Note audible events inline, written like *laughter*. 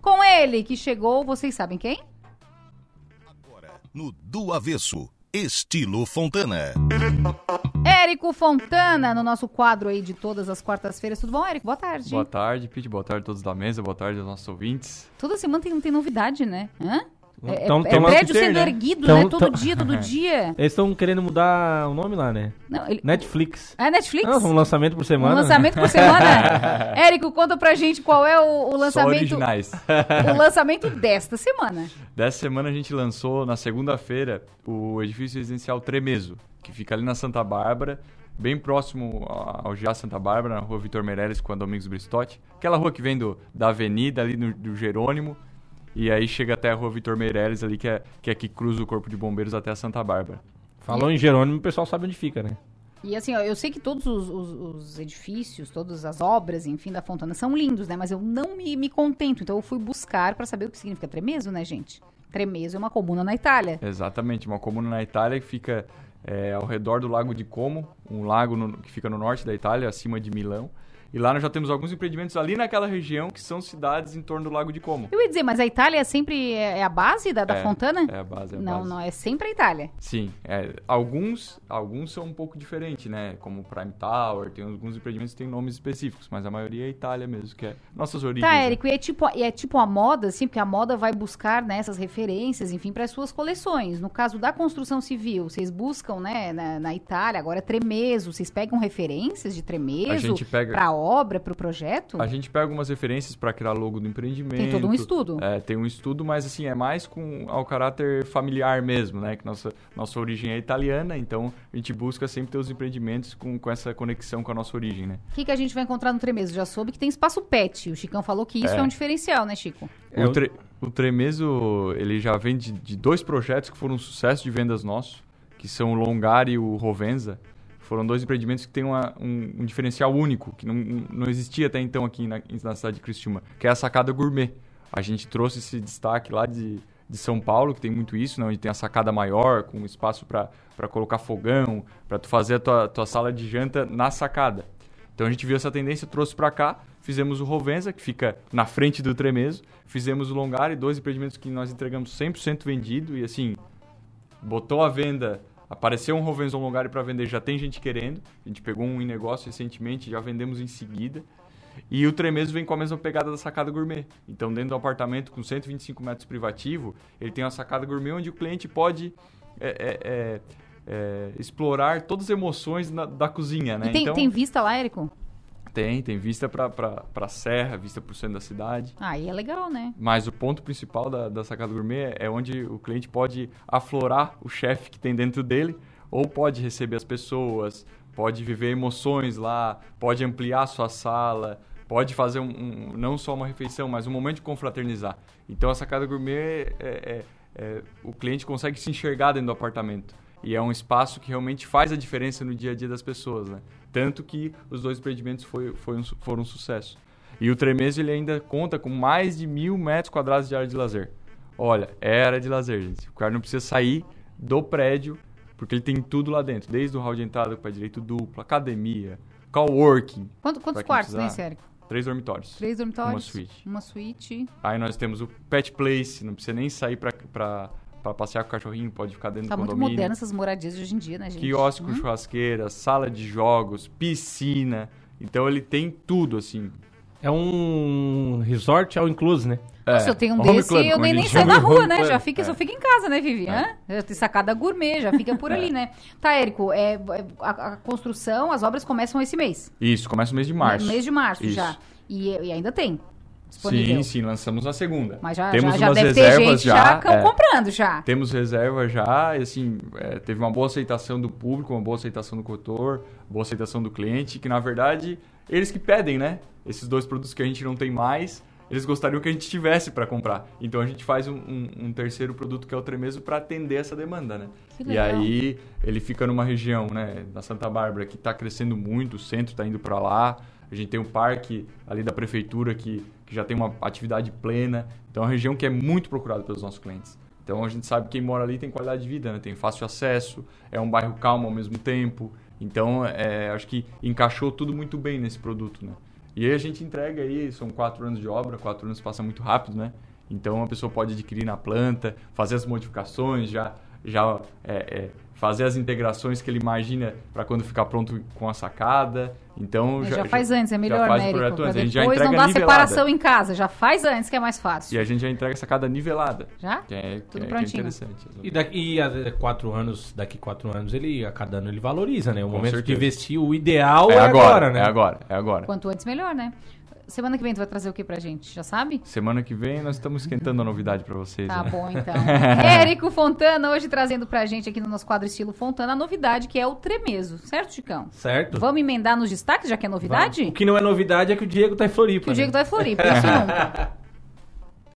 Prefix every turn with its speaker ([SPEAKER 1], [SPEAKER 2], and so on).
[SPEAKER 1] Com ele que chegou, vocês sabem quem?
[SPEAKER 2] No Do Avesso, estilo Fontana.
[SPEAKER 1] Érico Fontana, no nosso quadro aí de todas as quartas-feiras. Tudo bom, Érico? Boa tarde.
[SPEAKER 3] Boa tarde, Pete. Boa tarde a todos da mesa. Boa tarde aos nossos ouvintes.
[SPEAKER 1] Toda semana assim, tem, tem novidade, né? Hã? É,
[SPEAKER 4] Então,
[SPEAKER 1] é- é
[SPEAKER 4] tem mais
[SPEAKER 1] prédio
[SPEAKER 4] que ter,
[SPEAKER 1] sendo
[SPEAKER 4] né?
[SPEAKER 1] erguido,
[SPEAKER 4] Então,
[SPEAKER 1] né? Todo
[SPEAKER 4] então-
[SPEAKER 1] dia,
[SPEAKER 4] *laughs*
[SPEAKER 1] todo dia.
[SPEAKER 4] Eles estão querendo mudar o nome lá, né?
[SPEAKER 1] Não, ele...
[SPEAKER 4] Netflix.
[SPEAKER 1] É Netflix?
[SPEAKER 4] Não, um lançamento por
[SPEAKER 1] Um
[SPEAKER 4] semana. né?
[SPEAKER 1] lançamento por
[SPEAKER 4] *laughs*
[SPEAKER 1] semana? Érico, conta pra gente qual é o, o
[SPEAKER 3] Só
[SPEAKER 1] lançamento
[SPEAKER 3] originais. *laughs*
[SPEAKER 1] o lançamento desta semana.
[SPEAKER 3] Dessa semana a gente lançou, na segunda-feira, o edifício residencial Tremeso, que fica ali na Santa Bárbara, bem próximo a- ao GA Santa Bárbara, na rua Vitor Meirelles com a Domingos Bristotti. Aquela rua que vem do, da avenida ali no- do Jerônimo, e aí chega até a rua Vitor Meirelles ali, que é, que é que cruza o Corpo de Bombeiros até a Santa Bárbara.
[SPEAKER 4] Falou em Jerônimo, o pessoal sabe onde fica, né?
[SPEAKER 1] E assim, ó, eu sei que todos os, os- os edifícios, todas as obras, enfim, da Fontana são lindos, né? Mas eu não me, me contento. Então eu fui buscar pra saber o que significa Tremeso, né, gente? Tremeso é uma comuna na Itália.
[SPEAKER 3] Exatamente, uma comuna na Itália que fica é, ao redor do Lago de Como, um lago no- que fica no norte da Itália, acima de Milão. E lá nós já temos alguns empreendimentos ali naquela região que são cidades em torno do Lago de Como.
[SPEAKER 1] Eu ia dizer, mas a Itália sempre é, é a base da, da
[SPEAKER 3] É,
[SPEAKER 1] Fontana?
[SPEAKER 3] É a base, é a
[SPEAKER 1] não,
[SPEAKER 3] base.
[SPEAKER 1] não, é sempre a Itália.
[SPEAKER 3] Sim, é, alguns, alguns são um pouco diferentes, né? Como Prime Tower, tem alguns empreendimentos que têm nomes específicos, mas a maioria é Itália mesmo, que é nossas origens.
[SPEAKER 1] Tá,
[SPEAKER 3] né?
[SPEAKER 1] Érico, e é tipo, e é tipo a moda, assim, porque a moda vai buscar né, essas referências, enfim, para as suas coleções. No caso da construção civil, vocês buscam, né, na, na Itália, agora é tremeso, vocês pegam referências de
[SPEAKER 3] A
[SPEAKER 1] tremeso
[SPEAKER 3] gente pega...
[SPEAKER 1] para obra, para o projeto?
[SPEAKER 3] A gente pega algumas referências para criar logo do empreendimento.
[SPEAKER 1] Tem todo um estudo.
[SPEAKER 3] É, tem um estudo, mas assim, é mais com ao caráter familiar mesmo, né? Que nossa, nossa origem é italiana, então a gente busca sempre ter os empreendimentos com, com essa conexão com a nossa origem, né?
[SPEAKER 1] O que, que a gente vai encontrar no tremeso? Já soube que tem espaço pet. O Chicão falou que isso é, um diferencial, né, Chico?
[SPEAKER 4] É,
[SPEAKER 3] O, tre- o Tremeso, ele já vem de, de dois projetos que foram um sucesso de vendas nossos, que são o Longar e o Rovenza. Foram dois empreendimentos que têm uma- um, um diferencial único, que não, não existia até então aqui na, na cidade de Criciúma, que é a sacada gourmet. A gente trouxe esse destaque lá de, de São Paulo, que tem muito isso, né? onde tem a sacada maior, com espaço para colocar fogão, para tu fazer a tua, tua sala de janta na sacada. Então a gente viu essa tendência, trouxe para cá, fizemos o Rovenza, que fica na frente do Tremeso, fizemos o Longari, dois empreendimentos que nós entregamos 100% vendido e assim, botou a venda, apareceu um Rovenza ou um Longari para vender, já tem gente querendo. A gente pegou um em negócio recentemente, já vendemos em seguida. E o Tremeso vem com a mesma pegada da sacada gourmet. Então, dentro do apartamento com 125 metros privativo, ele tem uma sacada gourmet onde o cliente pode é, é, é, é, explorar todas as emoções na- da cozinha, né?
[SPEAKER 1] E tem,
[SPEAKER 3] então,
[SPEAKER 1] tem vista lá, Érico?
[SPEAKER 3] tem, tem vista pra, pra, pra serra, vista pro centro da cidade.
[SPEAKER 1] Aí é legal, né?
[SPEAKER 3] Mas o ponto principal da, da sacada gourmet é onde o cliente pode aflorar o chefe que tem dentro dele, ou pode receber as pessoas, pode viver emoções lá, pode ampliar a sua sala, pode fazer um, um- não só uma refeição, mas um momento de confraternizar. Então a sacada gourmet é- é- é- o cliente consegue se enxergar dentro do apartamento. E é um espaço que realmente faz a diferença no dia a dia das pessoas, né? Tanto que os dois empreendimentos foi, foi um su- foram um sucesso. E o Tremeso ele ainda conta com mais de mil metros quadrados de área de lazer. Olha, é área de lazer, gente. O cara não precisa sair do prédio, porque ele tem tudo lá dentro. Desde o hall de entrada com pé direito duplo, academia, coworking,
[SPEAKER 1] Quanto- quantos
[SPEAKER 3] Pra quem
[SPEAKER 1] quartos tem
[SPEAKER 3] precisar.
[SPEAKER 1] esse, Érico?
[SPEAKER 3] três dormitórios.
[SPEAKER 1] Três dormitórios?
[SPEAKER 3] Uma suíte.
[SPEAKER 1] Uma suíte.
[SPEAKER 3] Aí nós temos o pet place, não precisa nem sair pra, pra, pra passear com o cachorrinho, pode ficar dentro
[SPEAKER 1] Tá
[SPEAKER 3] do
[SPEAKER 1] muito
[SPEAKER 3] Um condomínio.
[SPEAKER 1] moderno essas moradias de hoje em dia, né, gente?
[SPEAKER 3] Quiosco,
[SPEAKER 1] Hum?
[SPEAKER 3] churrasqueira, sala de jogos, piscina. Então ele tem tudo, assim.
[SPEAKER 4] É um resort all inclusive, né?
[SPEAKER 1] Se
[SPEAKER 3] É,
[SPEAKER 1] eu tenho um desse, eu nem, nem saio na rua, né? Já fica, só fica em casa, né, Vivi?
[SPEAKER 3] É.
[SPEAKER 1] Hã? Já tem sacada gourmet, já fica
[SPEAKER 3] *laughs*
[SPEAKER 1] por ali, né? Tá, Érico, é, é, a, a construção, as obras começam esse mês.
[SPEAKER 3] Isso, começa o mês de março.
[SPEAKER 1] No mês de março
[SPEAKER 3] Isso.
[SPEAKER 1] já. E, e ainda tem disponível.
[SPEAKER 3] Sim, sim, lançamos na segunda.
[SPEAKER 1] Mas já,
[SPEAKER 3] Temos
[SPEAKER 1] já, já
[SPEAKER 3] umas
[SPEAKER 1] deve ter
[SPEAKER 3] reservas
[SPEAKER 1] gente já,
[SPEAKER 3] já,
[SPEAKER 1] cão
[SPEAKER 3] é.
[SPEAKER 1] comprando já.
[SPEAKER 3] Temos reserva já, e assim, é, teve uma boa aceitação do público, uma boa aceitação do cotor, boa aceitação do cliente, que na verdade, eles que pedem, né? Esses dois produtos que a gente não tem mais, eles gostariam que a gente tivesse para comprar. Então a gente faz um, um- um terceiro produto que é o Tremeso para atender essa demanda, né?
[SPEAKER 1] Que
[SPEAKER 3] E
[SPEAKER 1] legal.
[SPEAKER 3] aí ele fica numa região, né, na Santa Bárbara, que está crescendo muito, o centro está indo para lá. A gente tem um parque ali da prefeitura que, que já tem uma atividade plena. Então é uma região que é muito procurada pelos nossos clientes. Então a gente sabe que quem mora ali tem qualidade de vida, né? tem fácil acesso, é um bairro calmo ao mesmo tempo. Então é, acho que encaixou tudo muito bem nesse produto, né? E aí a gente entrega aí, são quatro anos de obra, quatro anos passa muito rápido, né? Então a pessoa pode adquirir na planta, fazer as modificações, já, já é, é, fazer as integrações que ele imagina para quando ficar pronto com a sacada. Então
[SPEAKER 1] É, Já, faz antes, é melhor,
[SPEAKER 3] já faz
[SPEAKER 1] né,
[SPEAKER 3] o
[SPEAKER 1] Érico?
[SPEAKER 3] projeto
[SPEAKER 1] Pra
[SPEAKER 3] antes. A gente já
[SPEAKER 1] Depois não
[SPEAKER 3] entrega
[SPEAKER 1] dá
[SPEAKER 3] nivelada.
[SPEAKER 1] separação em casa, já faz antes que é mais
[SPEAKER 3] E
[SPEAKER 1] fácil.
[SPEAKER 3] a gente já entrega a sacada nivelada.
[SPEAKER 1] Já?
[SPEAKER 3] Que é, que
[SPEAKER 1] Tudo
[SPEAKER 3] é, que é
[SPEAKER 1] prontinho.
[SPEAKER 3] interessante.
[SPEAKER 4] E daqui a quatro anos, daqui quatro anos, ele, a cada ano ele valoriza, né? O
[SPEAKER 3] Com
[SPEAKER 4] momento de
[SPEAKER 3] certeza.
[SPEAKER 4] investir, o ideal
[SPEAKER 3] É
[SPEAKER 4] é, agora, né?
[SPEAKER 3] é agora, é agora.
[SPEAKER 1] Quanto antes, melhor, né? Semana que vem tu vai trazer o que pra gente, já sabe?
[SPEAKER 3] Semana que vem nós estamos esquentando a novidade para vocês.
[SPEAKER 1] Tá
[SPEAKER 3] né?
[SPEAKER 1] bom,
[SPEAKER 3] *laughs*
[SPEAKER 1] então. Érico Fontana, hoje trazendo pra gente aqui no nosso quadro Estilo Fontana a novidade que é o tremeso, certo, Chicão?
[SPEAKER 4] Certo?
[SPEAKER 1] Vamos emendar nos destaques, já que é novidade?
[SPEAKER 4] O que não é novidade é que o Diego tá em Floripa.
[SPEAKER 1] Que o Diego
[SPEAKER 4] né?
[SPEAKER 1] vai
[SPEAKER 3] *laughs*
[SPEAKER 1] florir, por isso nunca.